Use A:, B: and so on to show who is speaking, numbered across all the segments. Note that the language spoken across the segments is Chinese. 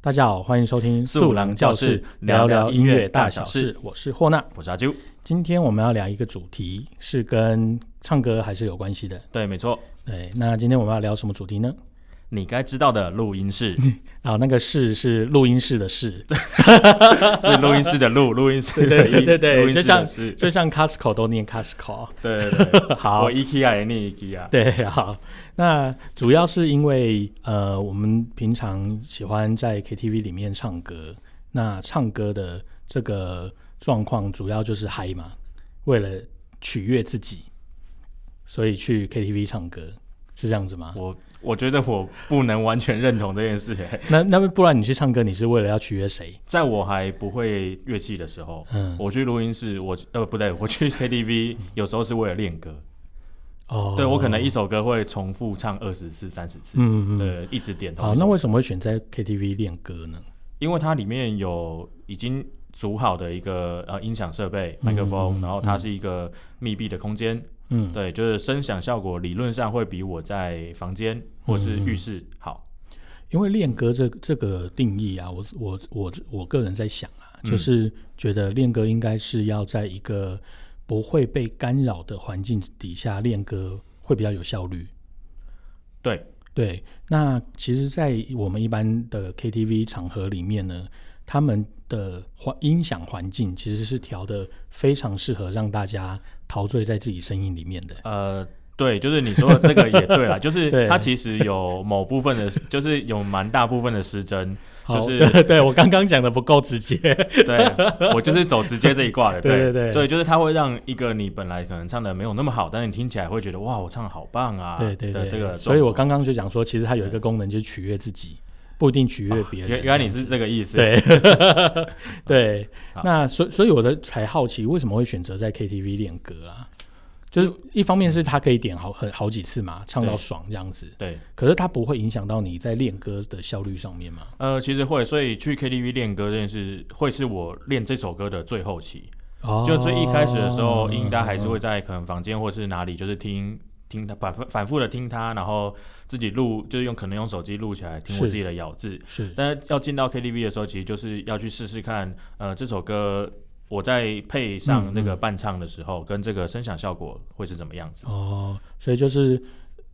A: 大家好，欢迎收听
B: 素郎教室聊聊音乐大小事，
A: 我是霍纳。
B: 我是阿啾。
A: 今天我们要聊一个主题，是跟唱歌还是有关系的。
B: 对，没错，
A: 对，那今天我们要聊什么主题呢？
B: 你该知道的录音室
A: 啊，那个室是录音室的室，
B: 是录音室的录，录音 室
A: 对
B: 的
A: 对对对对
B: 录音
A: 就
B: 室
A: 像
B: 的室。
A: 就像 Costco 都念 Costco。
B: 对对 对，
A: 好
B: 我 IKEA 也念 IKEA。
A: 对，好，那主要是因为呃，我们平常喜欢在 KTV 里面唱歌，那唱歌的这个状况主要就是嗨嘛，为了取悦自己，所以去 KTV 唱歌是这样子吗？
B: 我我觉得我不能完全认同这件事。欸
A: 那那不然你去唱歌，你是为了要取悦谁？
B: 在我还不会乐器的时候，
A: 嗯，
B: 我去录音室，我呃不对，我去 KTV 有时候是为了练歌。
A: 哦
B: 对我可能一首歌会重复唱二十次、三十次，
A: 嗯嗯嗯，
B: 对，一直点
A: 好
B: 同，一
A: 那
B: 首。
A: 为什么会选在 KTV 练歌呢？
B: 因为它里面有已经组好的一个呃音响设备、麦克
A: 嗯
B: 风，
A: 嗯
B: 然后它是一个密闭的空间，
A: 嗯，
B: 对，就是声响效果理论上会比我在房间或是浴
A: 嗯
B: 室好。
A: 因为练歌这这个定义啊，我我我我个人在想啊，
B: 嗯
A: 就是觉得练歌应该是要在一个不会被干扰的环境底下练歌会比较有效率。
B: 对，
A: 对，那其实，在我们一般的 KTV 场合里面呢，他们的环音响环境其实是调的非常适合让大家陶醉在自己声音里面的。
B: 呃，对，就是你说的这个也 对啦，就
A: 对
B: 是它其实有某部分的，就是有蛮大部分的失真。
A: 好，
B: 就是
A: 对对，我刚刚讲的不够直接。
B: 对我就是走直接这一挂的，
A: 对对
B: 对
A: 对
B: 所以就是它会让一个你本来可能唱的没有那么好，但是你听起来会觉得哇，我唱的好棒啊，
A: 对对对，
B: 的这个状况，
A: 所以我刚刚就讲说，其实它有一个功能就是取悦自己，不一定取悦别人。
B: 啊原原来你是啊这个意思，
A: 对 对
B: 好，
A: 那所所以我的才好奇，为什么会选择在 KTV 练歌啊？就是一方面是它可以点好很好几次嘛，唱到
B: 对
A: 爽这样子，
B: 对，
A: 可是它不会影响到你在练歌的效率上面嘛？
B: 呃，其实会，所以去 KTV 练歌这件事，会是我练这首歌的最后期。
A: 哦
B: 就最一开始的时候，应该还是会在可能房间或是哪里，就是听听它反复反复的听它，然后自己录，就是用可能用手机录起来听我
A: 是
B: 自己的咬字。
A: 是
B: 但是要进到 KTV 的时候，其实就是要去试试看，呃，这首歌我在配
A: 嗯
B: 上那
A: 嗯
B: 个伴唱的时候，跟这个声响效果会是怎么样子？
A: 哦，所以就是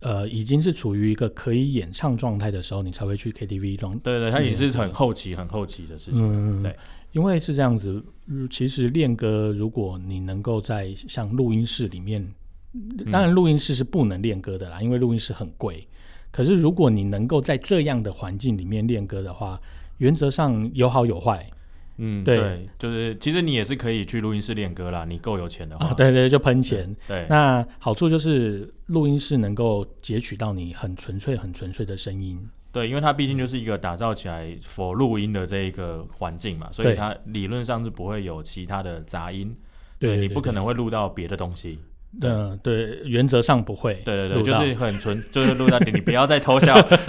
A: 呃，已经是处于一个可以演唱状态的时候，你才会去 KTV 装
B: 对对，它也是
A: 嗯
B: 很后期、很后期的事情。
A: 嗯，
B: 对，
A: 因为是这样子，嗯其实练歌，如果你能够在像录音室里面，
B: 嗯
A: 当然录音室是不能练歌的啦，因为录音室很贵。可是如果你能够在这样的环境里面练歌的话，原则上有好有坏
B: 嗯，
A: 对
B: 对，就是其实你也是可以去录音室练歌啦，你够有钱的话，
A: 啊，对对，就喷钱。
B: 对
A: 那好处就是录音室能够截取到你很纯粹、很纯粹的声音。
B: 对，因为它毕竟就是一个打造起来 for 录音的这一个环境嘛，所
A: 对
B: 以它理论上是不会有其他的杂音，
A: 对，
B: 你不可能会录到别的东西，
A: 对。嗯、对，原则上不会。
B: 对对对，
A: 录
B: 就
A: 到
B: 是很纯，就是录到你不要再偷笑，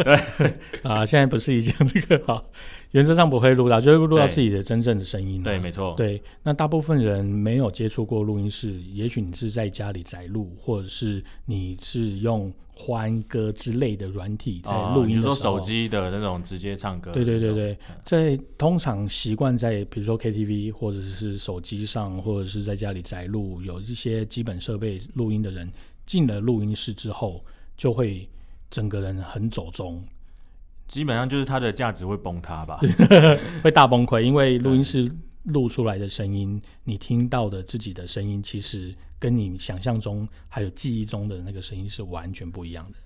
A: 啊、现在不是已经这个哈， 原则上不会录到，就是录到
B: 对
A: 自己的真正的声音、啊
B: 对，。没错，
A: 对，那大部分人没有接触过录音室，也许你是在家里宅录，或者是你是用欢歌之类的软体在
B: 哦
A: 录音
B: 你
A: 的时候。
B: 说手机的那种直接唱歌，
A: 对对对
B: 对，
A: 对，在通常习惯在比如说 KTV 或者是手机上，或者是在家里宅录，有一些基本设备录音的人，进了录音室之后，就会整个人很走中，
B: 基本上就是它的价值会崩塌吧，
A: 会大崩溃，因为录音室录出来的声音，你听到的自己的声音，其实跟你想象中还有记忆中的那个声音是完全不一样的。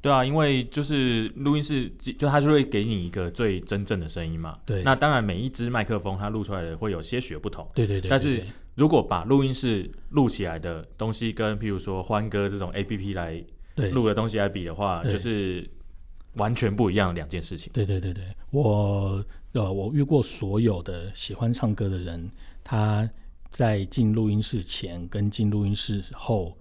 B: 对啊，因为就是录音室，就它就会给你一个最真正的声音嘛，
A: 对
B: 那当然每一支麦克风它录出来的会有些许的不同。
A: 对对对
B: 但是如果把录音室录起来的东西跟譬如说欢歌这种 A P P 来
A: 对
B: 录的东西来比的话，
A: 对
B: 就是完全不一样的两件事情。
A: 对对对对，我呃，我遇过所有的喜欢唱歌的人，他在进录音室前跟进录音室后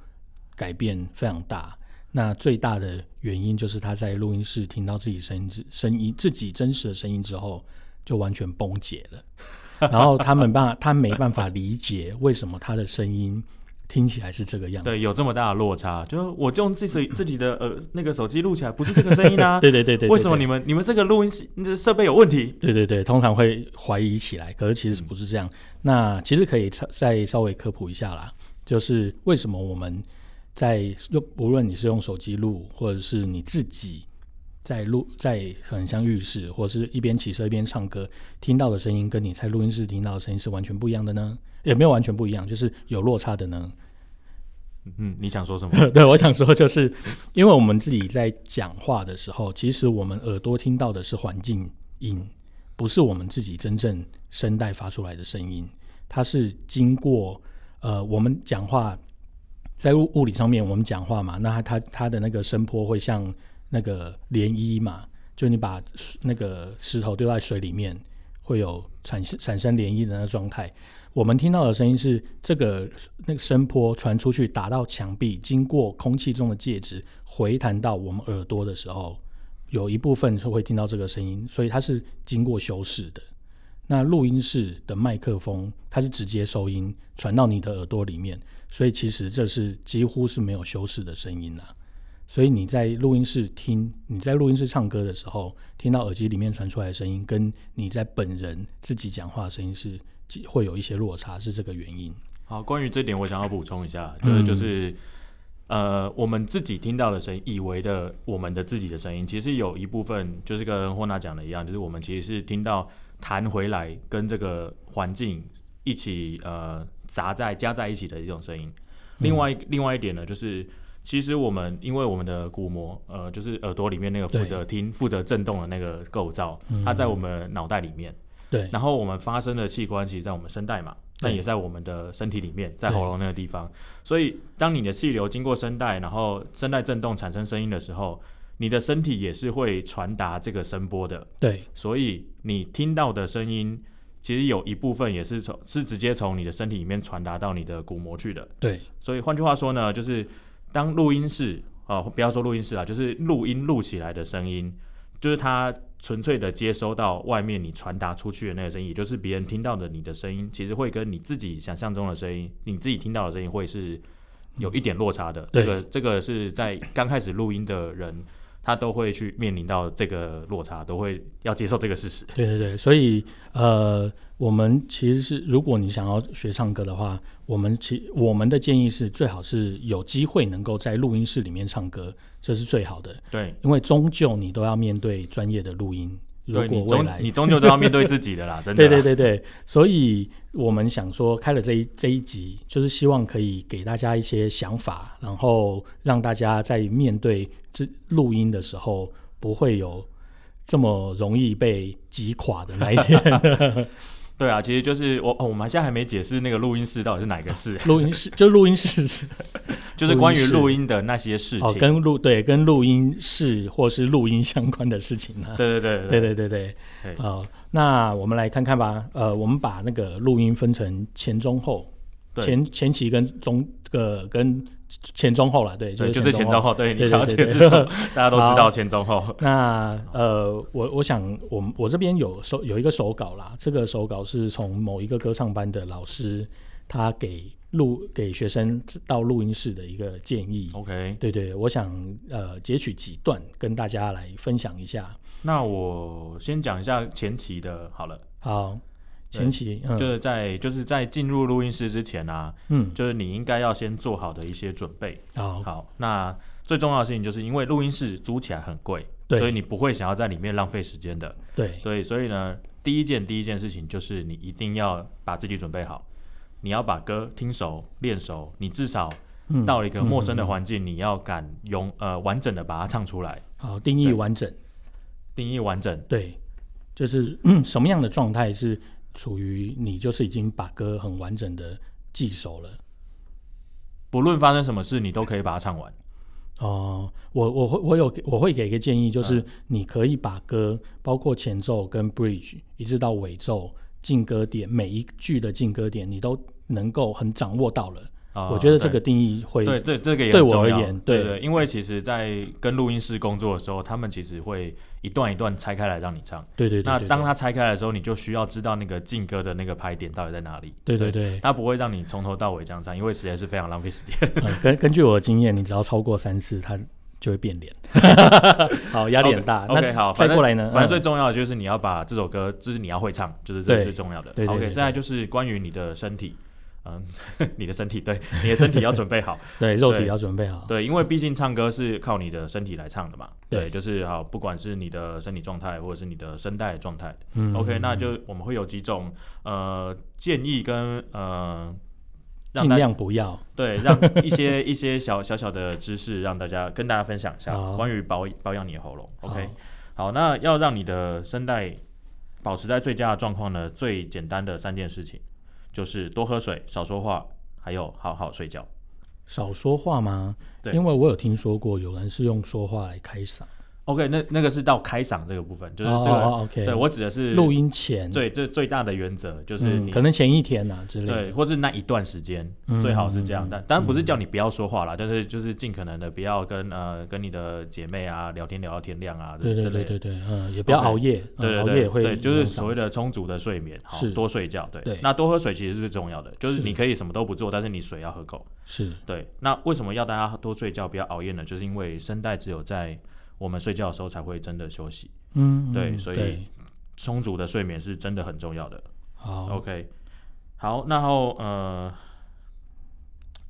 A: 改变非常大。那最大的原因就是他在录音室听到自己声音之声音自己真实的声音之后，就完全崩解了。然后他们办他没办法理解为什么他的声音听起来是这个样子。
B: 对，有这么大的落差，就我用自 己自己的呃那个手机录起来，不是这个声音啊。
A: 对对对对，
B: 为什么
A: 对
B: 你们你们这个录音系这设备有问题？
A: 对对对，通常会怀疑起来，可是其实不是这样。那其实可以稍再稍微科普一下啦，就是为什么我们在用，无论你是用手机录，或者是你自己在录，在很像浴室，或是一边骑车一边唱歌，听到的声音跟你在录音室听到的声音是完全不一样的呢？也没有完全不一样，就是有落差的呢。
B: 嗯，你想说什么？
A: 对，我想说就是，因为我们自己在讲话的时候，其实我们耳朵听到的是环境音，不是我们自己真正声带发出来的声音，它是经过呃我们讲话在物物理上面我们讲话嘛，那它它它的那个声波会像那个涟漪嘛，就你把那个石头丢在水里面，会有产生产生涟漪的那个状态。我们听到的声音是这个那个声波传出去，打到墙壁，经过空气中的介质，回弹到我们耳朵的时候，有一部分是会听到这个声音，所以它是经过修饰的。那录音室的麦克风，它是直接收音传到你的耳朵里面，所以其实这是几乎是没有修饰的声音啦。所以你在录音室听，你在录音室唱歌的时候，听到耳机里面传出来的声音，跟你在本人自己讲话的声音是几会有一些落差，是这个原因。
B: 好，关于这点，我想要补充一下，就是
A: 嗯
B: 就是、呃，我们自己听到的声音，以为的我们的自己的声音，其实有一部分就是跟霍娜讲的一样，就是我们其实是听到弹回来跟这个环境一起呃杂在加在一起的一种声音。另外、另外一点呢，就是其实我们因为我们的鼓膜，呃，就是耳朵里面那个负责听、负责震动的那个构造，它在我们脑袋里面。
A: 对，
B: 然后我们发声的器官其实在我们声带嘛，
A: 对
B: 但也在我们的身体里面，在喉咙那个地方。所以当你的气流经过声带，然后声带震动产生声音的时候，你的身体也是会传达这个声波的。
A: 对，
B: 所以你听到的声音，其实有一部分也是从是直接从你的身体里面传达到你的鼓膜去的。
A: 对，
B: 所以换句话说呢，就是当录音室啊、不要说录音室啦，就是录音录起来的声音，就是它纯粹的接收到外面你传达出去的那个声音，也就是别人听到的你的声音，其实会跟你自己想象中的声音，你自己听到的声音会是有一点落差的。
A: 对
B: 这个这个是在刚开始录音的人。他都会去面临到这个落差，都会要接受这个事实。
A: 对对对，所以呃，我们其实是，如果你想要学唱歌的话，我们其我们的建议是，最好是有机会能够在录音室里面唱歌，这是最好的，
B: 对，
A: 因为终究你都要面对专业的录音。如
B: 对
A: 果
B: 你
A: 未
B: 终
A: 来
B: 你终究都要面对自己的 啦，真的
A: 对
B: 啦。
A: 对对对，所以我们想说开了这一这一集，就是希望可以给大家一些想法，然后让大家在面对这录音的时候，不会有这么容易被击垮的那一 天。
B: 对啊，其实就是我、哦，我们现在还没解释那个录音室到底是哪个室，
A: 录音室就录音室
B: 就
A: 哦录
B: 是
A: 音
B: 关于
A: 室
B: 录音的那些事情。
A: 哦，跟录对跟录音室或是录音相关的事情啊。
B: 对对对
A: 对对对对
B: 对，
A: 呃，那我们来看看吧。呃，我们把那个录音分成前中后，
B: 对
A: 前前期跟中呃跟前中后啦，对，
B: 对，
A: 就
B: 就是是前中
A: 中后。
B: 后，对你
A: 对
B: 想要
A: 对
B: 解
A: 对
B: 释
A: 对
B: 什么， 大家都知道
A: 好
B: 前中后。
A: 那呃，我我想我们我这边有手有一个手稿啦，这个手稿是从某一个歌唱班的老师他给录给学生到录音室的一个建议。
B: OK，
A: 对对，我想呃截取几段跟大家来分享一下。
B: 那我先讲一下前期的好了，
A: 好，
B: 对
A: 前期嗯
B: 就是在就是在进入录音室之前啊，
A: 嗯
B: 就是你应该要先做好的一些准备。
A: 好
B: 好，那最重要的事情就是因为录音室租起来很贵，
A: 对
B: 所以你不会想要在里面浪费时间的。
A: 对
B: 对，所以呢，第一件第一件事情就是你一定要把自己准备好，你要把歌听熟、练熟，你至少
A: 嗯
B: 到了一个陌生的环境，你要敢用呃完整的把它唱出来，
A: 好哦定义
B: 对
A: 完整。
B: 定义完整。
A: 对，就是、嗯什么样的状态是属于你，就是已经把歌很完整的记熟了。
B: 不论发生什么事，你都可以把它唱完。
A: 哦、我我会我有我会给一个建
B: 嗯
A: 议，就是你可以把歌包括前奏跟 bridge 一直到尾奏进歌点，每一句的进歌点你都能够很掌握到了，
B: 啊
A: 我觉得这个
B: 对
A: 定义会
B: 对这这个也
A: 对
B: 很
A: 我
B: 重
A: 而
B: 要
A: 言
B: 对
A: 对
B: 因为其实，在跟录音师工作的时候，他们其实会一段一段拆开来让你唱。
A: 对对对
B: 那
A: 对
B: 当他拆开来的时候，你就需要知道那个进歌的那个拍点到底在哪里。
A: 对对对，
B: 他不会让你从头到尾这样唱，因为实在是非常浪费时间。
A: 呃根根据我的经验，你只要超过三次，它就会 变脸。好，压力很大。
B: OK，
A: 啊那
B: 好，
A: 再
B: 反正
A: 过来呢？
B: 反正最
A: 嗯
B: 重要的就是你要把这首歌，就是你要会唱，就是这是
A: 对
B: 最重要的。
A: 对对
B: OK，
A: 对
B: 再来就是关于你的身体，嗯， 你的身体，对， 你的身体要准备 好，
A: 嗯对肉体
B: 对
A: 要准备好。
B: 对，因为毕竟唱歌是靠你的身体来唱的嘛。
A: 对
B: 对，就是好，不管是你的身体状态或者是你的声带状态。
A: 嗯
B: OK，那就我们会有几种呃建议跟呃。让
A: 尽
B: 大
A: 量不要。
B: 对，让一些一些小小小的知识让大家跟大家分享一下
A: 好
B: 关于保保养你的喉咙。OK，
A: 好
B: 好，那要让你的声带保持在最佳的状况呢，最简单的三件事情就是多喝水、少说话，还有好好睡觉。
A: 少说话吗？
B: 对
A: 因为我有听说过有人是用说话来开嗓，
B: OK，那那个是到开嗓这个部分，就是
A: 哦
B: 这个，
A: 哦哦 OK，
B: 对我指的是
A: 录音前，
B: 最最最大的原则就是
A: 嗯，
B: 你、
A: 可能前一天呐之类
B: 对，
A: 的，
B: 或是那一段时间、
A: 嗯
B: 最好是这
A: 嗯，
B: 样但当然不是叫你不要说话啦，但是就是尽可能的不要跟呃跟你的姐妹啊聊天聊到天亮啊，这
A: 对对
B: 这类
A: 对
B: 的
A: 对对，嗯，也不要
B: OK，
A: 熬夜，嗯
B: 对
A: 熬夜
B: 对
A: 也
B: 对，
A: 会
B: 对就是
A: 影响
B: 所谓的充足的睡眠，好
A: 是
B: 多睡觉，对
A: 对
B: 那多喝水其实是最重要的，就是
A: 是
B: 你可以什么都不做，但是你水要喝够。
A: 是
B: 对，那为什么要大家多睡觉，不要熬夜呢？就是因为声带只有在我们睡觉的时候才会真的休息，
A: 嗯，
B: 对
A: 嗯
B: 所以
A: 对
B: 充足的睡眠是真的很重要的。
A: 好
B: OK，好，然后呃，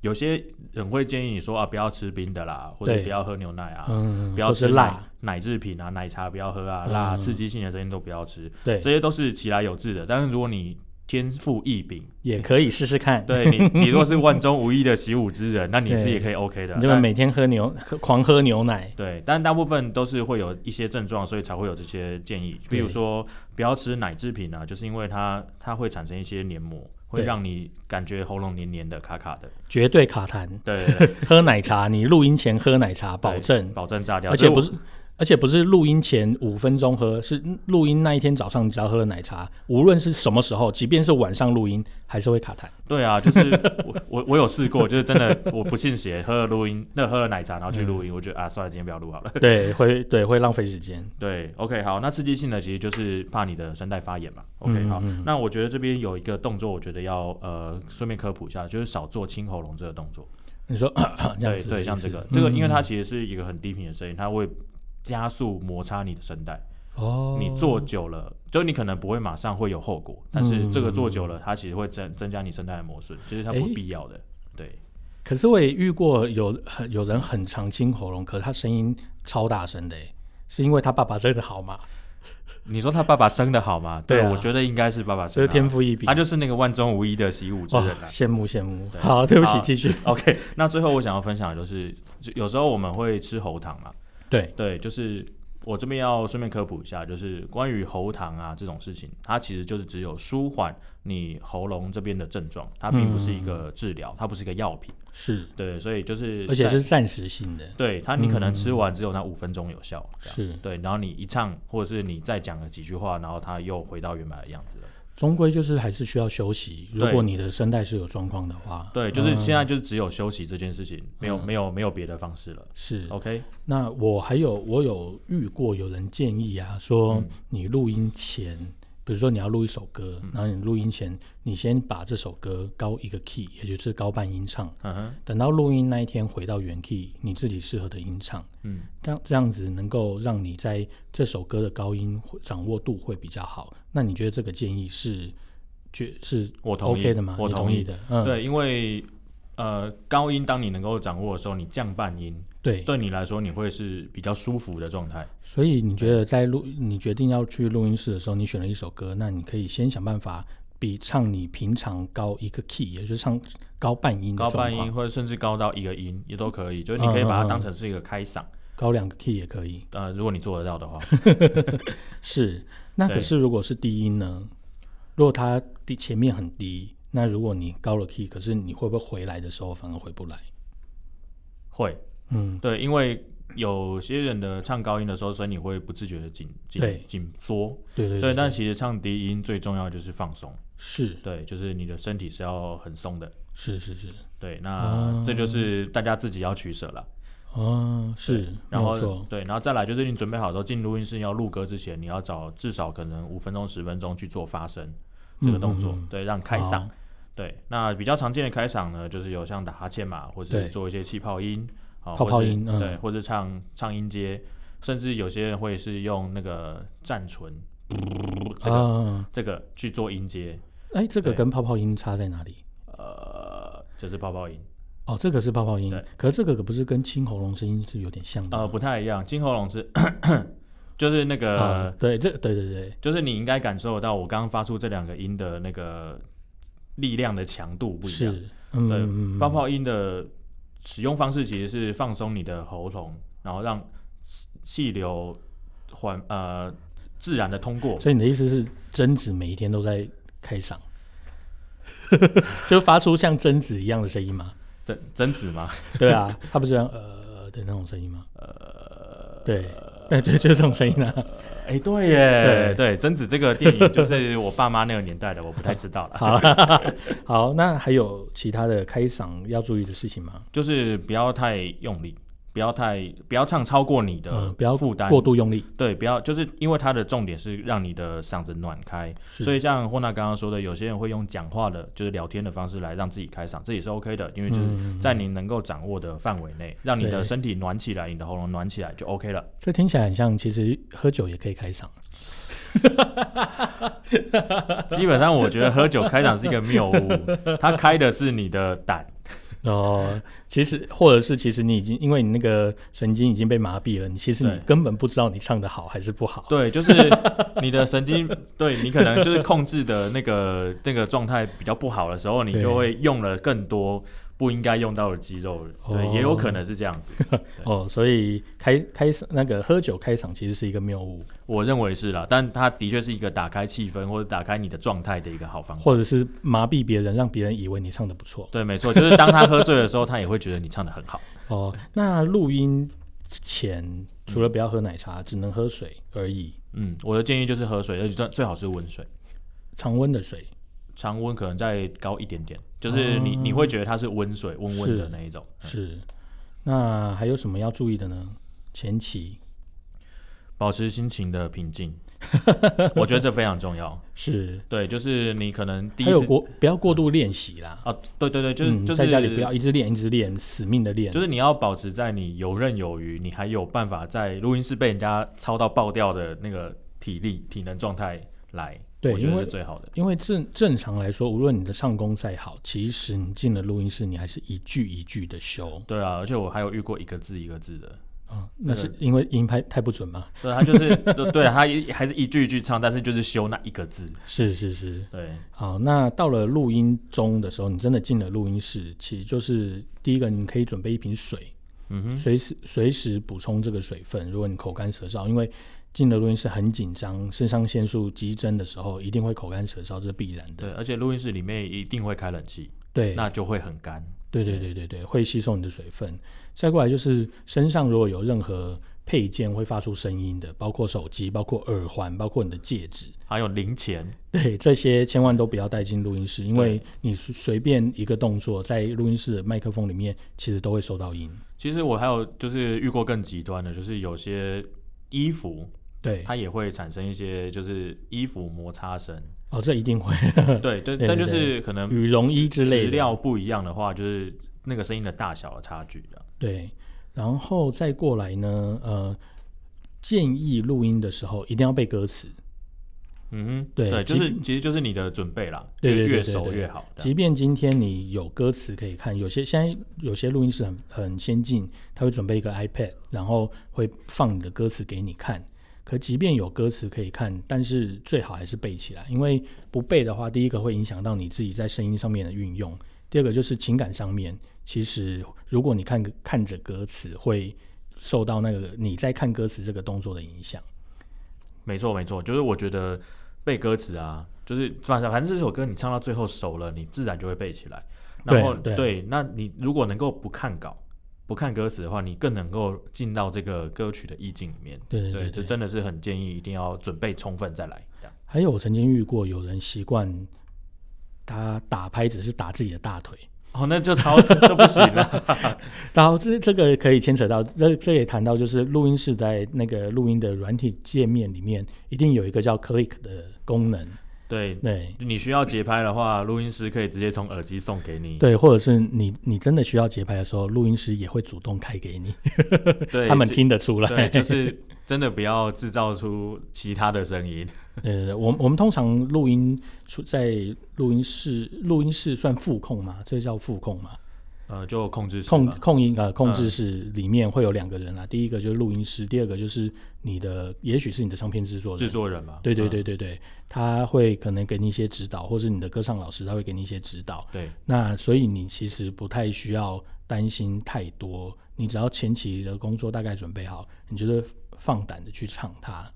B: 有些人会建议你说啊，不要吃冰的啦，或者
A: 对
B: 不要喝牛奶啊，
A: 嗯，
B: 不要
A: 或
B: 吃
A: 是
B: 奶
A: 辣，
B: 奶制品啊，奶茶不要喝啊，辣、
A: 嗯
B: 刺激性的东西都不要吃，
A: 对，
B: 这些都是其来有致的。但是如果你天赋 异禀，
A: 也可以试试看，
B: 对你，你若是万中无一的习武之人，那你是
A: 对
B: 也可以 OK 的。
A: 你这么
B: 但
A: 每天喝牛，喝狂喝牛奶，
B: 对，但大部分都是会有一些症状，所以才会有这些建议。比如
A: 对
B: 说，不要吃奶制品啊，就是因为它它会产生一些黏膜，会
A: 对
B: 让你感觉喉咙黏黏的、卡卡的。
A: 绝对卡痰。
B: 对对对
A: 喝奶茶，你录音前喝奶茶，保
B: 对
A: 证，
B: 保证炸掉，
A: 而
B: 所以
A: 且
B: 我
A: 不是。而且不是录音前五分钟喝，是录音那一天早上，你只要喝了奶茶，无论是什么时候，即便是晚上录音，还是会卡 痰。
B: 对啊，就是我我我有试过，就是真的我不信邪，喝了录音，那喝了奶茶，然后去
A: 嗯
B: 录音，我觉得啊，算了，今天不要录好了。
A: 对，会对会浪费时间。
B: 对，OK，好，那刺激性的其实就是怕你的声带发炎嘛。OK，、
A: 嗯
B: 好
A: 嗯，
B: 那我觉得这边有一个动作，我觉得要呃顺便科普一下，就是少做清喉咙这个动作。
A: 你说 这样
B: 对
A: 子，
B: 对，像这个，
A: 嗯
B: 这个因为它其实是一个很低频的声音，它会加速摩擦你的声带。
A: 哦，嗯
B: 你做久了，就你可能不会马上会有后果，但是这个做久了，它其实会增增加你声带的磨损，其实它不
A: 诶
B: 必要的。对，
A: 可是我也遇过有很有人很常清喉咙，可是他声音超大声的欸，是因为他爸爸真的好嘛？
B: 你说他爸爸生的好吗？
A: 对啊
B: 我觉得应该是爸爸
A: 所
B: 生
A: 以
B: 的
A: 天
B: 好，
A: 赋异禀
B: 他。就是那个万中无一的习武之
A: 哇
B: 人啊。
A: 羡慕羡慕
B: 对。
A: 好，对不起
B: 好，
A: 继续。
B: OK，那最后我想要分享的就是，就有时候我们会吃喉糖嘛，
A: 对，
B: 对，就是我这边要顺便科普一下，就是关于喉糖啊这种事情，它其实就是只有舒缓你喉咙这边的症状，它并不是一个治疗，它不是一个药品，
A: 是，
B: 对，所以就是
A: 嗯而且
B: 在
A: 是暂时性的。
B: 对它，你可能
A: 嗯
B: 吃完只有那五分钟有效，这样
A: 是，
B: 对，啊然后你一唱或者是你再讲了几句话，然后它又回到原本的样子了。
A: 终归就是还是需要休息。如
B: 对
A: 果你的声带是有状况的话，
B: 对，就是
A: 嗯
B: 现在就是只有休息这件事情，没有没有没有别的方式了。
A: 是。
B: OK，
A: 那我还有我有遇过有人建议啊，说
B: 嗯
A: 你录音前，比如说你要录一首歌，然后你录音前，你先把这首歌高一个 key，也就是高半音唱，
B: 嗯哼，
A: 等到录音那一天回到原 key，你自己适合的音唱，
B: 嗯。
A: 这样这样子能够让你在这首歌的高音会掌握度会比较好。那你觉得这个建议是觉是
B: 我同意
A: OK 的吗？
B: 我
A: 你
B: 同
A: 同
B: 意
A: 意的，嗯，
B: 对，因为呃，高音当你能够掌握的时候，你降半音，
A: 对
B: 对你来说你会是比较舒服的状态。
A: 所以你觉得在录，你决定要去录音室的时候，你选了一首歌，那你可以先想办法比唱你平常高一个 key，也就是唱高半音的
B: 高
A: 状
B: 半
A: 况
B: 音，或者甚至高到一个音也都可以，就是你可以
A: 嗯
B: 把它
A: 嗯
B: 当成是一个开嗓。
A: 高两个 key 也可以。
B: 呃，如果你做得到 的话，
A: 是，那可
B: 对
A: 是如果是低音呢？如果它低前面很低，那如果你高了 key，可是你会不会回来的时候反而回不来？
B: 会
A: 嗯，
B: 对，因为有些人的唱高音的时候，身体会不自觉的紧
A: 对
B: 紧紧缩，
A: 对对
B: 对。但其实唱低音最重要就是放松，
A: 是
B: 对，就是你的身体是要很松的，
A: 是是是，
B: 对。那
A: 哦
B: 这就是大家自己要取舍了。
A: 哦，是
B: 对，然
A: 没有
B: 后
A: 错
B: 对，然后再来就是你准备好之后进录音室要录歌之前，你要找至少可能五分钟十分钟去做发声这个动作，
A: 嗯嗯嗯
B: 对，让开嗓
A: 好。
B: 对，那比较常见的开嗓呢，就是有像打哈欠嘛，或
A: 对
B: 是做一些气泡音，啊，
A: 泡
B: 或
A: 泡
B: 是
A: 音嗯
B: 对，或是唱唱音阶，甚至有些人会是用那个战唇，这个
A: 啊，
B: 这个去做音阶，
A: 哎，这个
B: 对
A: 跟泡泡音差在哪里？
B: 呃，这是泡泡音，
A: 哦，这个是泡泡音
B: 对，
A: 可是这个可不是跟清喉咙声音是有点像的
B: 呃，
A: 吗
B: 不太一样，金喉咙是 就是那个。
A: 啊，对，这对对对，
B: 就是你应该感受得到我刚刚发出这两个音的那个力量的强度不一样。
A: 是，嗯
B: 对
A: 嗯，嗯
B: 泡泡音的使用方式其实是放松你的喉咙，然后让气气流缓呃自然的通过。
A: 所以你的意思是，贞子每一天都在开嗓， 就发出像贞子一样的声音 吗？
B: 真真子 吗？
A: 对啊，他不是这样呃的那种声音吗？呃，对，对对，就是这种声音啊。
B: 哎、对耶
A: 对，
B: 对，真子这个电影就是我爸妈那个年代的，我不太知道了。
A: 好啦，好，那还有其他的开嗓要注意的事情吗？
B: 就是不要太用力，不要太不要唱超过你的
A: 嗯不要
B: 负担、
A: 过度用力，
B: 对，不要，就是因为它的重点是让你的嗓子暖开，
A: 是
B: 所以像霍娜刚刚说的，有些人会用讲话的，就是聊天的方式来让自己开嗓，这也是 OK 的，因为就是
A: 嗯
B: 在你能够掌握的范围内，让你
A: 对
B: 的身体暖起来，你的喉咙暖起来就 OK 了。
A: 这听起来很像，其实喝酒也可以开嗓。
B: 基本上，我觉得喝酒开嗓是一个谬误，它开的是你的 胆，
A: 哦，其实或者是其实你已经因为你那个神经已经被麻痹了，你其实你
B: 对
A: 根本不知道你唱的好还是不好。
B: 对，就是你的神经，对你可能就是控制的那个那个状态比较不好的时候，你
A: 对
B: 就会用了更多不应该用到的肌肉，对，也有可能是这样子。
A: 哦，所以开开嗓那个喝酒开嗓其实是一个谬误，
B: 我认为是啦，但它的确是一个打开气氛或者打开你的状态的一个好方法。
A: 或者是麻痹别人，让别人以为你唱的不错。
B: 对，没错，就是当他喝醉的时候，他也会觉得你唱的很好。
A: 哦，那录音前除了不要喝奶茶，只能喝水而已，
B: 嗯，我的建议就是喝水，而且最最好是温水，
A: 常温的水。
B: 常温可能再高一点点，就是
A: 哦
B: 你、你会觉得它是温水，温温的
A: 是
B: 那一种。
A: 是，那还有什么要注意的呢？前期
B: 保持心情的平静， 我觉得这非常重要。
A: 是
B: 对，就是你可能第一
A: 还有
B: 次
A: 过不要过度练习啦，
B: 啊，对对对，就是、
A: 嗯
B: 就是
A: 在家里不要一直练一直练，死命的练。
B: 就是你要保持在你游刃有余，你还有办法在录音室被人家操到爆掉的那个体力、体能状态来，
A: 对
B: 我觉
A: 因
B: 得
A: 为
B: 是最好的。
A: 因为正正常来说，无论你的唱功再好，其实你进了录音室，你还是一句一句的修。
B: 对啊，而且我还有遇过一个字一个字的，
A: 啊，那是因为音拍太不准吗？
B: 对他就是对对啊，他一还是一句一句唱，但是就是修那一个字。
A: 是是是。
B: 对，
A: 好，那到了录音中的时候，你真的进了录音室，其实就是第一个，你可以准备一瓶水，
B: 嗯哼，
A: 随时随时补充这个水分。如果你口干舌燥，因为进了录音室很紧张，肾上腺素激增的时候，一定会口干舌燥，这是必然的。
B: 对，而且录音室里面一定会开冷气，
A: 对，
B: 那就会很干。
A: 对对对对对，会吸收你的水分。再过来就是身上如果有任何配件会发出声音的，包括手机、包括耳环、包括你的戒指，
B: 还有零钱，
A: 对这些千万都不要带进录音室，因为你随随便一个动作在录音室的麦克风里面，其实都会收到音。
B: 其实我还有就是遇过更极端的，就是有些衣服
A: 对，
B: 它也会产生一些就是衣服摩擦声。
A: 哦，这一定会
B: 对，但
A: 对对
B: 但就是可能
A: 羽绒衣之类
B: 质
A: 的
B: 料不一样的话，就是那个声音的大小的差距的。
A: 对，然后再过来呢，呃，建议录音的时候一定要背歌词，
B: 嗯哼，
A: 对
B: 就
A: 即
B: 是其实就是你的准备啦，
A: 对对
B: 越
A: 对
B: 越
A: 对
B: 熟
A: 对
B: 越好。这样
A: 即便今天你有歌词可以看，有些现在有些录音室很很先进，他会准备一个 iPad，然后会放你的歌词给你看。可即便有歌词可以看，但是最好还是背起来，因为不背的话，第一个会影响到你自己在声音上面的运用，第二个就是情感上面。其实如果你看看着歌词，会受到那个你在看歌词这个动作的影响。
B: 没错没错，就是我觉得背歌词啊，就是反正反正这首歌你唱到最后熟了，你自然就会背起来。然后
A: 对对
B: 那你如果能够不看稿，不看歌词的话，你更能够进到这个歌曲的意境里面。
A: 对对
B: 对，
A: 对
B: 就真的是很建议一定要准备充分再来。这样
A: 还有我曾经遇过有人习惯他打拍只是打自己的大腿，
B: 哦，那就超 这不行了。
A: 然后这这个可以牵扯到，这这也谈到就是录音室在那个录音的软体界面里面，一定有一个叫 click 的功能，
B: 对，
A: 对
B: 你需要节拍的话，录音师可以直接从耳机送给你。
A: 对，或者是你你真的需要节拍的时候，录音师也会主动开给你，
B: 对，
A: 他们
B: 这
A: 听得出来
B: 对，。 就是真的不要制造出其他的声音。
A: 呃，我们我们通常录音出在录音室，录音室算副控嘛，这叫副控嘛，
B: 呃，就控制室
A: 控
B: 吧
A: 控音呃控
B: 嗯
A: 制室里面会有两个人啊，第一个就是录音师，第二个就是你的，也许是你的唱片制作人，
B: 制作人嘛。
A: 对对
B: 嗯
A: 对对对，他会可能给你一些指导，或是你的歌唱老师他会给你一些指导。
B: 对
A: 那所以你其实不太需要担心太多，你只要前期的工作大概准备好，你就是放胆的去唱它。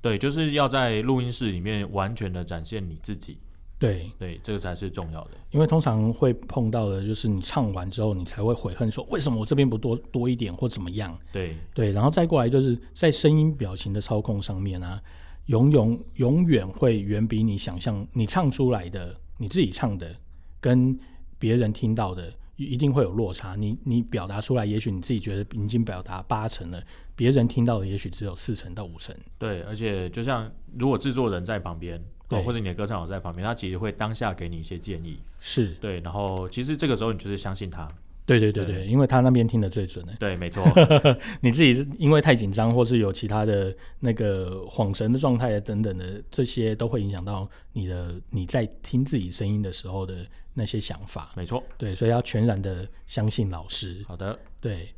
B: 对，就是要在录音室里面完全的展现你自己，
A: 对，
B: 对，这个才是重要的。
A: 因为通常会碰到的就是你唱完之后，你才会悔恨说为什么我这边不多多一点或怎么样。
B: 对，
A: 对，然后再过来就是在声音表情的操控上面啊，永永永远会远比你想象你唱出来的你自己唱的跟别人听到的一一定会有落差。你你表达出来，也许你自己觉得已经表达八成了，别人听到的也许只有四成到五成。
B: 对，而且就像如果制作人在旁边，哦，
A: 对
B: 或者你的歌唱老师在旁边，他其实会当下给你一些建议，
A: 是
B: 对，然后其实这个时候你就是相信他，
A: 对对对对，因为他那边听得最准的。
B: 对，没错，
A: 你自己是因为太紧张，或是有其他的那个恍神的状态等等的，这些都会影响到你的你在听自己声音的时候的那些想法。
B: 没错。
A: 对，所以要全然的相信老师。
B: 好的，
A: 对，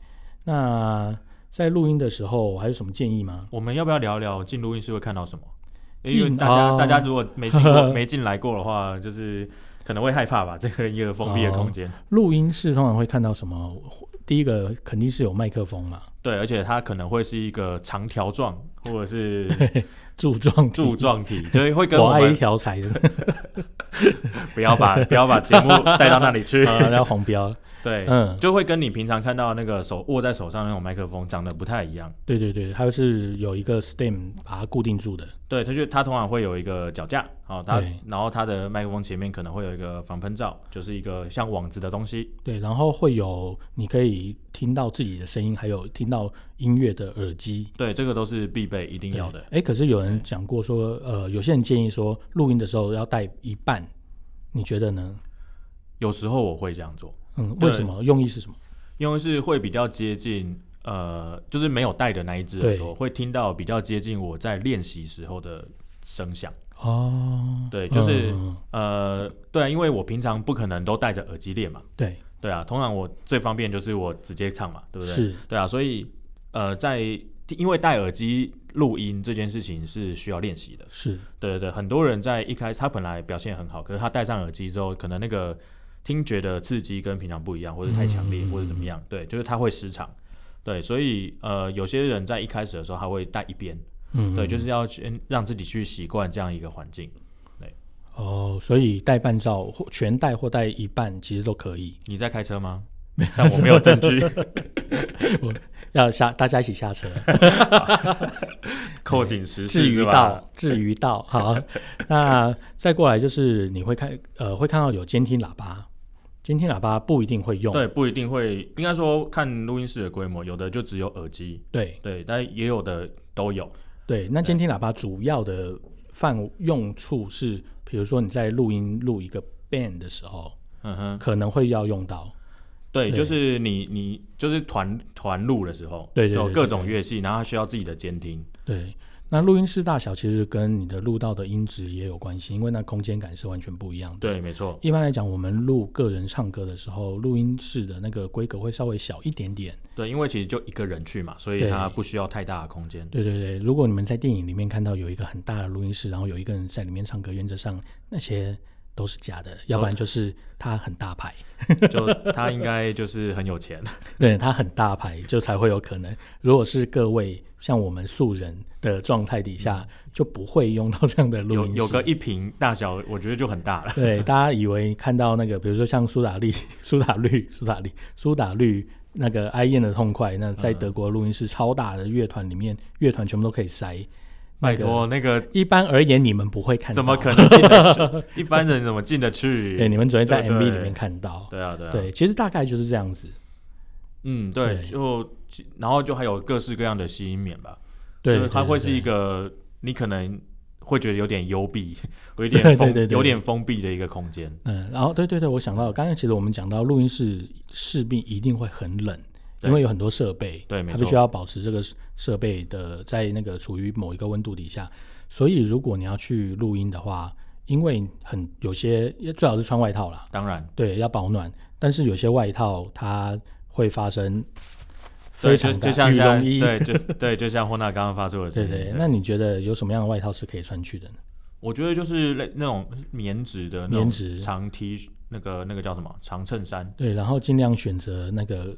A: 那在录音的时候还有什么建议吗？
B: 我们要不要聊聊进录音室会看到什么？因
A: 进
B: 为大家、
A: 哦
B: 大家如果没 进过没进来过的话，就是可能会害怕吧，这个一个封闭的空间。
A: 录音室通常会看到什么？第一个肯定是有麦克风嘛，
B: 对，而且它可能会是一个长条状或者 是
A: 柱状体
B: 柱，状体，对，会跟
A: 我
B: 我
A: 爱一
B: 们
A: 条柴的，
B: 不要把不要把节目带到那里 去，
A: 啊，然后黄标，
B: 对，
A: 嗯，
B: 就会跟你平常看到那个手握在手上那种麦克风长得不太一样。
A: 对对对，它是有一个 stem 把它固定住的，
B: 对，它就它通常会有一个脚架，好、它
A: 对
B: 然后它的麦克风前面可能会有一个防喷罩，就是一个像网子的东西。
A: 对，然后会有你可以听到自己的声音，还有听到音乐的耳机，
B: 对，这个都是必备一定要的。
A: 哎，可是有人讲过说，呃，有些人建议说，录音的时候要带一半，你觉得呢？
B: 有时候我会这样做，
A: 嗯，
B: 对
A: 为什么？用意是什么？
B: 因为是会比较接近，呃，就是没有带的那一只
A: 对
B: 耳朵会听到比较接近我在练习时候的声响。
A: 哦，
B: 对，就是、
A: 嗯
B: 呃，对啊，因为我平常不可能都戴着耳机练嘛，
A: 对，
B: 对啊，通常我最方便就是我直接唱嘛，对不对？
A: 是，
B: 对啊，所以呃，在因为戴耳机录音这件事情是需要练习的，
A: 是，
B: 对对对，很多人在一开始他本来表现很好，可是他戴上耳机之后，可能那个听觉的刺激跟平常不一样，或者太强烈，
A: 嗯
B: 或者怎么样，对，就是他会失常。对，所以呃，有些人在一开始的时候他会戴一边，
A: 嗯，
B: 对，就是要先让自己去习惯这样一个环境。
A: 哦，所以带半罩或全带或带一半其实都可以，
B: 你在开车吗？但我没有证据，
A: 要下大家一起下车，
B: 扣紧时
A: 至
B: 事
A: 于
B: 是吧？
A: 到，至于 到，好，那再过来就是你会看，呃，会看到有监听喇叭，监听喇叭不一定会用，
B: 对，不一定会，应该说看录音室的规模，有的就只有耳机，
A: 对
B: 对，但也有的都有。
A: 对，那监听喇叭主要的范用处是，比如说你在录音录一个 band 的时候，
B: 嗯哼，
A: 可能会要用到，
B: 对，
A: 对
B: 就是你你就是团团录的时候，
A: 对对
B: 有
A: 对
B: 各
A: 对
B: 种
A: 对
B: 乐器，然后它需要自己的监听。
A: 对，那录音室大小其实跟你的录到的音质也有关系，因为那空间感是完全不一样的。
B: 对，没错，
A: 一般来讲，我们录个人唱歌的时候，录音室的那个规格会稍微小一点点。
B: 对，因为其实就一个人去嘛，所以
A: 对
B: 它不需要太大的空间。
A: 对对对，如果你们在电影里面看到有一个很大的录音室，然后有一个人在里面唱歌，原则上那些都是假的，要不然就是他很大牌，
B: 就他应该就是很有钱，
A: 对他很大牌就才会有可能。如果是各位像我们素人的状态底下，就不会用到这样的录
B: 有
A: 音室。
B: 有个一瓶大小，我觉得就很大了。
A: 对，大家以为看到那个，比如说像苏打绿、苏打绿、苏打绿、苏打绿那个哀燕的痛快，那在
B: 嗯
A: 德国录音室超大的乐团里面，乐团全部都可以塞。那
B: 拜
A: 个
B: 托，那个
A: 一般而言，你们不会看到，
B: 怎么可？能进 得去？一般人怎么进得
A: 对，
B: 去？
A: 你们只会在
B: 对对
A: MV 里面看到。
B: 对啊，对啊，
A: 对，其实大概就是这样子。
B: 嗯，对，
A: 对
B: 就然后就还有各式各样的吸引面吧，
A: 对
B: 就，是它
A: 对
B: 会是
A: 对
B: 一个你可能会觉得有点幽闭，有一
A: 对对
B: 点封
A: 对对
B: 有点封闭的一个空间。
A: 嗯，然后对对对，我想到刚才其实我们讲到录音室势必一定会很冷，
B: 对
A: 因为有很多设备，
B: 对没
A: 它
B: 错
A: 必须要保持这个设备的在那个处于某一个温度底下，所以如果你要去录音的话，因为很有些最好是穿外套啦，
B: 当然，
A: 对，要保暖，但是有些外套它会发生非
B: 对，就
A: 常
B: 就像
A: 羽
B: 现在
A: 绒衣，
B: 对，就对，就像霍娜刚刚发出的 声
A: 对
B: 音。
A: 对，那你觉得有什么样的外套是可以穿去的呢？
B: 我觉得就是类那种棉质的那种
A: 棉质
B: 长 T 恤那个那个叫什么长衬衫，
A: 对，然后尽量选择那个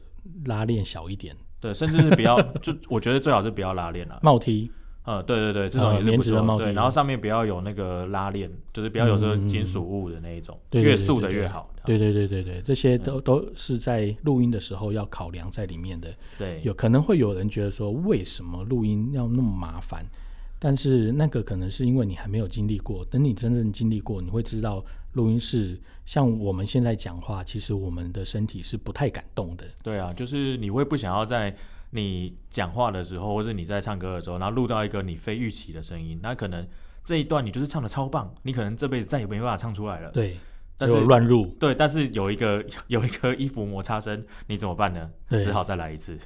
A: 拉链小一点，
B: 对，甚至是不要就我觉得最好是不要拉链了、
A: 帽 T，
B: 呃，对对对，这种
A: 呃
B: 也是
A: 棉
B: 不
A: 质
B: 错。
A: 的帽
B: 对，
A: T
B: 然后上面不要有那个拉链，就是不要有这
A: 嗯嗯
B: 种
A: 嗯
B: 金属物的那一种，
A: 对对
B: 越
A: 对
B: 素
A: 对
B: 的
A: 对
B: 越好。
A: 对对对对对，这些都都是在录音的时候要考量在里面的。
B: 对，
A: 有可能会有人觉得说，为什么录音要那么麻烦？但是那个可能是因为你还没有经历过，等你真正经历过，你会知道录音室像我们现在讲话，其实我们的身体是不太敢动的。
B: 对啊，就是你会不想要在你讲话的时候，或者你在唱歌的时候，然后录到一个你非预期的声音，那可能这一段你就是唱的超棒，你可能这辈子再也没办法唱出来了。
A: 对，
B: 但
A: 只有
B: 是
A: 乱入。
B: 对，但是有一个 有一个衣服摩擦声，你怎么办呢？
A: 对
B: 只好再来一次。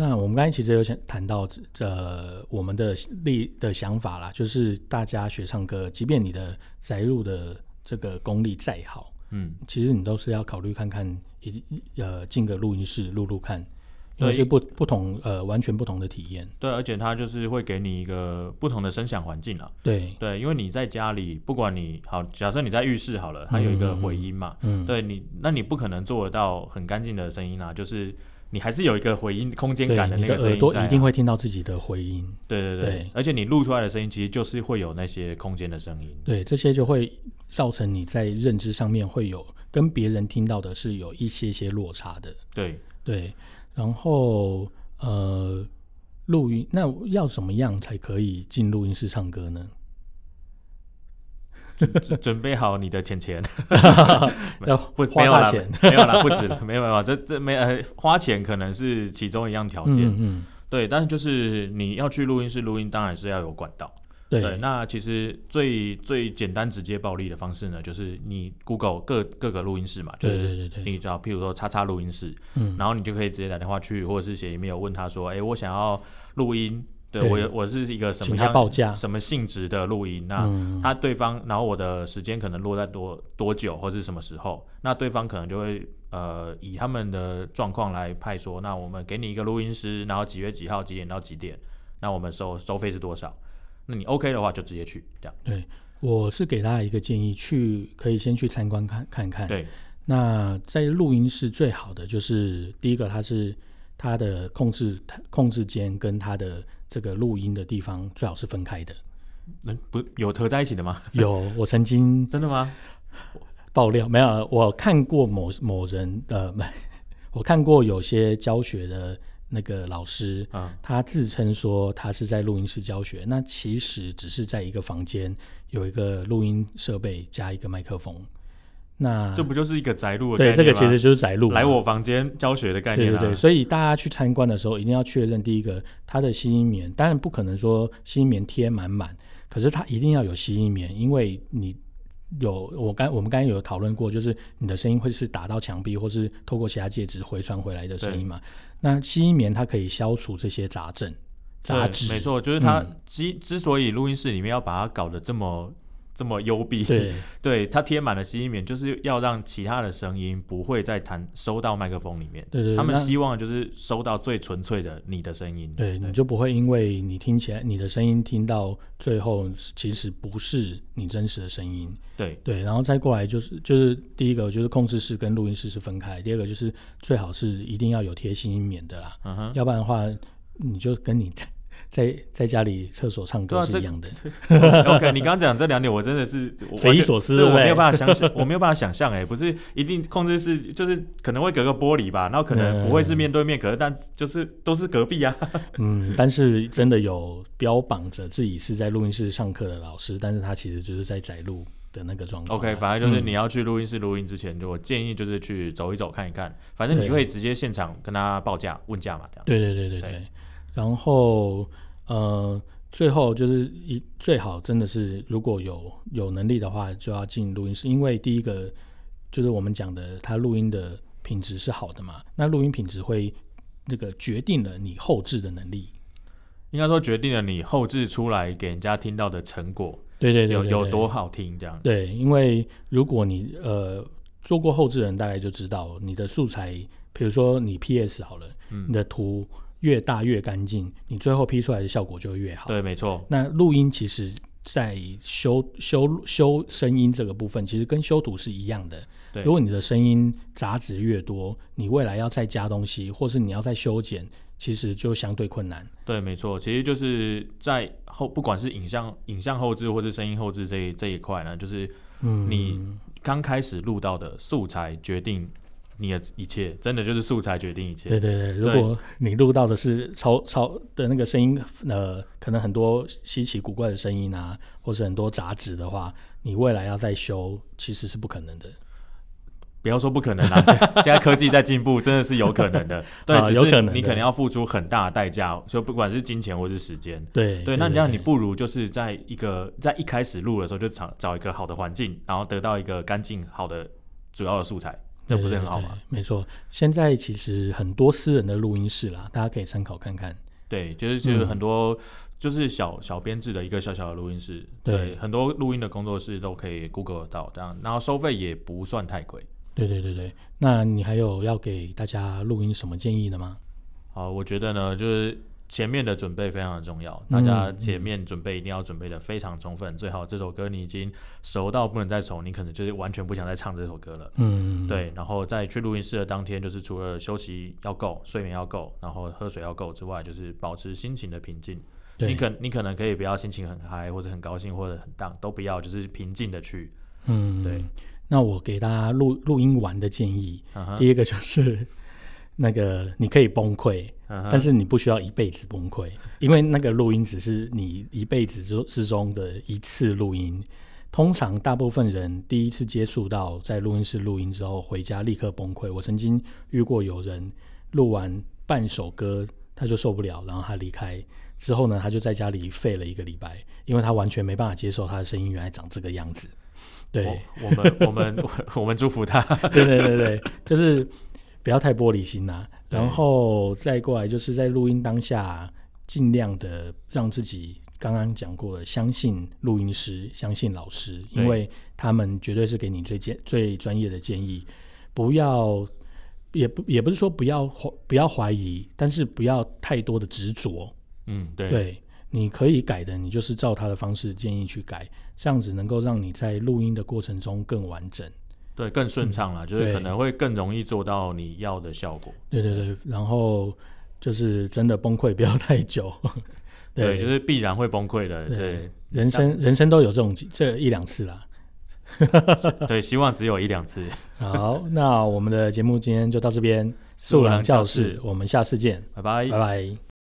A: 那我们刚才其实有想谈到呃我们的力的想法啦，就是大家学唱歌，即便你的载入的这个功力再好，
B: 嗯，
A: 其实你都是要考虑看看，一呃进个录音室录录看，因
B: 对
A: 为是不不同呃完全不同的体验。
B: 对，而且它就是会给你一个不同的声响环境啦。
A: 对，
B: 对，因为你在家里，不管你好，假设你在浴室好了，它有一个回音嘛，
A: 嗯，
B: 对你，那你不可能做得到很干净的声音啦，就是你还是有一个回音空间
A: 对
B: 感的
A: 你
B: 那个声
A: 耳
B: 音
A: 朵
B: 在啊、
A: 一定会听到自己的回音，
B: 对对
A: 对
B: 而且你录出来的声音其实就是会有那些空间的声音，
A: 对，这些就会造成你在认知上面会有跟别人听到的是有一些些落差的。
B: 对，
A: 对，然后呃，录音那要怎么样才可以进录音室唱歌呢？
B: 准准备好你的钱钱，
A: 要
B: 不
A: 花
B: 没有
A: 大
B: 啦
A: 钱？，嗯
B: 没有啦，不止了，没有没有，这这没呃，花钱可能是其中一样条
A: 嗯
B: 件，
A: 嗯嗯，
B: 对，但是就是你要去录音室录音，当然是要有管道。
A: 对，
B: 对，那其实最最简单直接暴力的方式呢，就是你 Google 各各个录音室嘛，就
A: 对对
B: 是
A: 对对对，
B: 你只要譬如说叉叉录音室，
A: 嗯，
B: 然后你就可以直接打电话去，或者是写 email 问他说，哎、我想要录音，对
A: 对
B: 我有我是一个什
A: 请
B: 么
A: 他
B: 样
A: 报价，
B: 什么性质的录音，那。
A: 嗯
B: 他对方，然后我的时间可能落在多多久，或是什么时候，那对方可能就会呃以他们的状况来派说，那我们给你一个录音师，然后几月几号几点到几点，那我们收收费是多少？那你 OK 的话就直接去这样。
A: 我是给大家一个建议，去可以先去参观看看看。
B: 对，
A: 那在录音室最好的就是第一个，它是它的控制控制间跟它的这个录音的地方最好是分开的。
B: 那不有合在一起的吗？
A: 有，我曾经
B: 真的吗？
A: 爆料没有，我看过某某人呃，没， 我看过有些教学的那个老师，
B: 嗯，
A: 他自称说他是在录音室教学，那其实只是在一个房间有一个录音设备加一个麦克风。那
B: 这不就是一个宅录
A: 嗯
B: 的概
A: 对，
B: 念
A: 这个
B: 吗
A: 其实就是宅录嘛。
B: 来我房间教学的概
A: 对
B: 念、
A: 对
B: 啊。
A: 对，所以大家去参观的时候一定要确认，第一个它的吸音棉，当然不可能说吸音棉贴满满，可是它一定要有吸音棉，因为你有我刚我们刚才有讨论过，就是你的声音会是打到墙壁或是透过其他介质回传回来的声音嘛。那吸音棉它可以消除这些杂症、杂
B: 对
A: 质，
B: 没错，就是它
A: 嗯
B: 之、之所以录音室里面要把它搞得这么这么幽 闭，
A: 对
B: 对，它贴满了吸音棉，就是要让其他的声音不会再弹收到麦克风里面。
A: 对对，
B: 他们
A: 那
B: 希望就是收到最纯粹的你的声音。
A: 对，嗯你就不会因为你听起来你的声音听到最后其实不是你真实的声音，
B: 对
A: 对，然后再过来就是就是第一个就是控制室跟录音室是分开，第二个就是最好是一定要有贴心棉的啦，
B: 嗯哼，
A: 要不然的话你就跟你在在家里厕所唱
B: 对
A: 歌
B: 啊
A: 是
B: 这
A: 一样的。
B: OK，你刚刚讲这两点，我真的是我
A: 匪夷所思
B: 对
A: 对不
B: 我
A: 对
B: 没有办法 想象，我没有办法想象，哎，不是一定控制室，就是可能会隔个玻璃吧，然后可能不会是面对面，可是但就是都是隔壁啊，
A: 嗯，但是真的有标榜着自己是在录音室上课的老师，但是他其实就是在宅录的那个状况啊。
B: OK，反正就是
A: 嗯
B: 你要去录音室录音之前，就我建议就是去走一走看一看，反正你
A: 对
B: 会直接现场跟他报价问价嘛，这样。
A: 对对对对
B: 对
A: 对。然后呃，最后就是一最好真的是如果有有能力的话，就要进录音室，因为第一个就是我们讲的，它录音的品质是好的嘛，那录音品质会那个决定了你后置的能力。
B: 应该说决定了你后置出来给人家听到的成果
A: 对对对
B: 有
A: 对
B: 有
A: 对
B: 多好听，这样。
A: 对，因为如果你呃做过后置的人，大概就知道你的素材，比如说你 PS 好了，
B: 嗯
A: 你，的图越大越干净，你最后 P 出来的效果就会越好。
B: 对，没错。
A: 那录音其实在修修修声音这个部分，其实跟修图是一样的。
B: 对
A: 如果你的声音杂质越多，你未来要再加东西，或是你要再修剪，其实就相对困难。
B: 对，没错，其实就是在后，不管是影像、影像后置或是声音后置这一这一块呢，就是
A: 嗯
B: 你刚开始录到的素材决定你的一切，真的就是素材决定一切。
A: 对对对，如
B: 对
A: 果你录到的是超超的那个声音，呃，可能很多稀奇古怪的声音啊，或是很多杂质的话，你未来要再修，其实是不可能的。
B: 不要说不可能啦、 现现在科技在进步，真的是有可能 的。对，
A: 啊
B: 只
A: 有
B: 是
A: 可能
B: 你
A: 的
B: 可能要付出很大的代价，就不管是金钱或是时间。
A: 对
B: 对，那你让你不如就是在一个在一开始录的时候就找找一个好的环境，然后得到一个干净好的主要的素材，这不是很好
A: 对对
B: 吗？
A: 对没错，现在其实很多私人的录音室啦，大家可以参考看看。
B: 对，就是就是
A: 嗯
B: 很多、就是小小编制的一个小小的录音室，
A: 对
B: 很多录音的工作室都可以 Google 得到，这样，然后收费也不算太贵。
A: 对对对对，那你还有要给大家录音什么建议的吗？
B: 好，我觉得呢，就是前面的准备非常的重要，大
A: 嗯
B: 家前面准备一定要准备的非常充分，最好这首歌你已经熟到不能再熟，你可能就是完全不想再唱这首歌了。
A: 嗯，
B: 对，然后在去录音室的当天，就是除了休息要够、睡眠要够，然后喝水要够之外，就是保持心情的平静。
A: 对，
B: 你可你可能可以不要心情很嗨，或者很高兴，或者很荡，都不要，就是平静的去。
A: 嗯
B: 对。
A: 那我给大家录录音完的建议，
B: 嗯哼，
A: 第一个就是 那个你可以崩溃，
B: 嗯哼
A: 但是你不需要一辈子崩溃，因为那个录音只是你一辈子之之中的一次录音。通常大部分人第一次接触到在录音室录音之后，回家立刻崩溃。我曾经遇过有人录完半首歌他就受不了，然后他离开之后呢，他就在家里废了一个礼拜，因为他完全没办法接受他的声音原来长这个样子。对，
B: 我我们我们 我们祝福他。
A: 对对对对，就是不要太玻璃心啦、
B: 对
A: 然后再过来就是在录音当下，尽量的让自己刚刚讲过的，相信录音师，相信老师，
B: 对
A: 因为他们绝对是给你最建最专业的建议，不要。也不也不是说不要怀不要怀疑，但是不要太多的执着。
B: 嗯，对，
A: 对，你可以改的，你就是照他的方式建议去改，这样子能够让你在录音的过程中更完整。
B: 对更顺畅了，就是
A: 嗯对
B: 可能会更容易做到你要的效果。
A: 对对对，然后就是真的崩溃不要太久。
B: 对，就是必然会崩溃的。
A: 对
B: 这
A: 人生人生都有这种几这一两次啦。
B: 对，希望只有一两次。
A: 好，那我们的节目今天就到这边，
B: 素
A: 素
B: 郎
A: 郎教
B: 教室哎
A: 室，我们下次见，
B: 拜拜
A: 拜。拜。